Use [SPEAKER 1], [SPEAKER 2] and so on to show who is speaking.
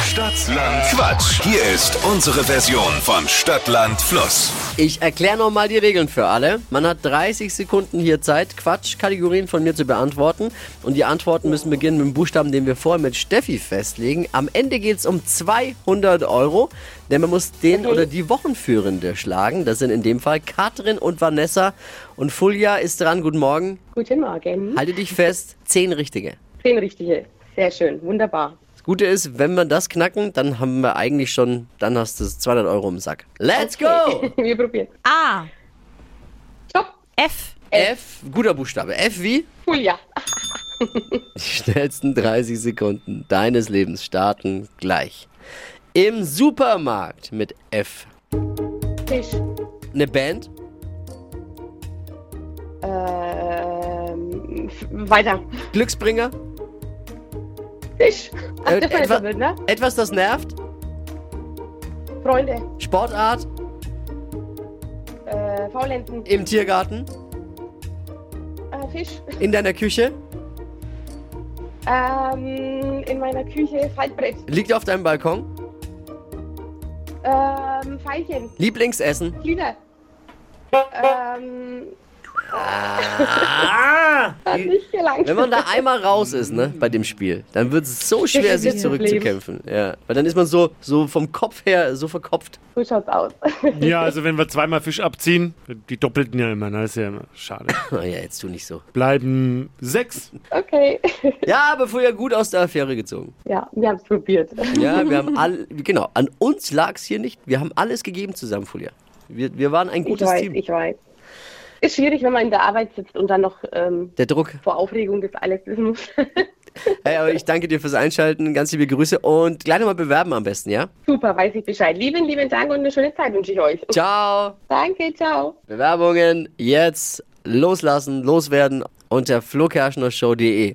[SPEAKER 1] Stadtland Quatsch. Hier ist unsere Version von Stadtland Fluss.
[SPEAKER 2] Ich erkläre nochmal die Regeln für alle. Man hat 30 Sekunden hier Zeit, Quatschkategorien von mir zu beantworten. Und die Antworten müssen beginnen mit dem Buchstaben, den wir vorher mit Steffi festlegen. Am Ende geht es um 200 Euro, denn man muss den oder die Wochenführende schlagen. Das sind in dem Fall Katrin und Vanessa. Und Fulja ist dran. Guten Morgen.
[SPEAKER 3] Guten Morgen.
[SPEAKER 2] Halte dich fest. Zehn Richtige.
[SPEAKER 3] Zehn richtige. Sehr schön. Wunderbar.
[SPEAKER 2] Das Gute ist, wenn wir das knacken, dann haben wir eigentlich schon, dann hast du 200 Euro im Sack. Let's go!
[SPEAKER 3] Wir probieren. Ah,
[SPEAKER 4] A.
[SPEAKER 3] Stopp.
[SPEAKER 4] F.
[SPEAKER 2] F, guter Buchstabe. F wie?
[SPEAKER 3] Julia.
[SPEAKER 2] Die schnellsten 30 Sekunden deines Lebens starten gleich. Im Supermarkt mit F.
[SPEAKER 3] Fisch.
[SPEAKER 2] Eine Band,
[SPEAKER 3] Ähm, f- weiter.
[SPEAKER 2] Glücksbringer,
[SPEAKER 3] Fisch. Ach,
[SPEAKER 2] äh,
[SPEAKER 3] das war jetzt
[SPEAKER 2] etwa,
[SPEAKER 3] verwirrend, ne?
[SPEAKER 2] etwas, das nervt,
[SPEAKER 3] Freunde.
[SPEAKER 2] Sportart,
[SPEAKER 3] Äh, Faulenten.
[SPEAKER 2] im Tiergarten,
[SPEAKER 3] Äh, Fisch.
[SPEAKER 2] in deiner Küche,
[SPEAKER 3] Ähm, in meiner Küche. Faltbrett.
[SPEAKER 2] liegt auf deinem Balkon,
[SPEAKER 3] Ähm, Veilchen.
[SPEAKER 2] Lieblingsessen.
[SPEAKER 3] Glieder. Ähm, hat nicht gelangt.
[SPEAKER 2] Ah. Wenn man da einmal raus ist, ne, bei dem Spiel, dann wird es so schwer, sich zurückzukämpfen. Ja, weil dann ist man so, so vom Kopf her so verkopft.
[SPEAKER 3] so schaut's aus.
[SPEAKER 5] Ja, also wenn wir zweimal Fisch abziehen, die doppelten ja immer, ne? ist ja immer schade.
[SPEAKER 2] Oh ja, jetzt tu nicht so.
[SPEAKER 5] Bleiben sechs.
[SPEAKER 3] okay.
[SPEAKER 2] Ja, aber vorher gut aus der Affäre gezogen.
[SPEAKER 3] ja, wir haben's probiert.
[SPEAKER 2] Ja, wir haben all, genau, an uns lag es hier nicht. Wir haben alles gegeben zusammen, Fulia. Wir, wir waren ein
[SPEAKER 3] Ich
[SPEAKER 2] gutes
[SPEAKER 3] weiß,
[SPEAKER 2] Team.
[SPEAKER 3] ich weiß. Ist schwierig, wenn man in der Arbeit sitzt und dann noch ähm,
[SPEAKER 2] Der Druck.
[SPEAKER 3] vor Aufregung das alles wissen muss.
[SPEAKER 2] Hey, aber ich danke dir fürs Einschalten. Ganz liebe Grüße und gleich nochmal bewerben am besten, ja?
[SPEAKER 3] Super, weiß ich Bescheid. Lieben, lieben Dank und eine schöne Zeit wünsche ich euch.
[SPEAKER 2] Ciao.
[SPEAKER 3] Danke, ciao.
[SPEAKER 2] Bewerbungen jetzt loslassen, loswerden unter flokerschnershow.de.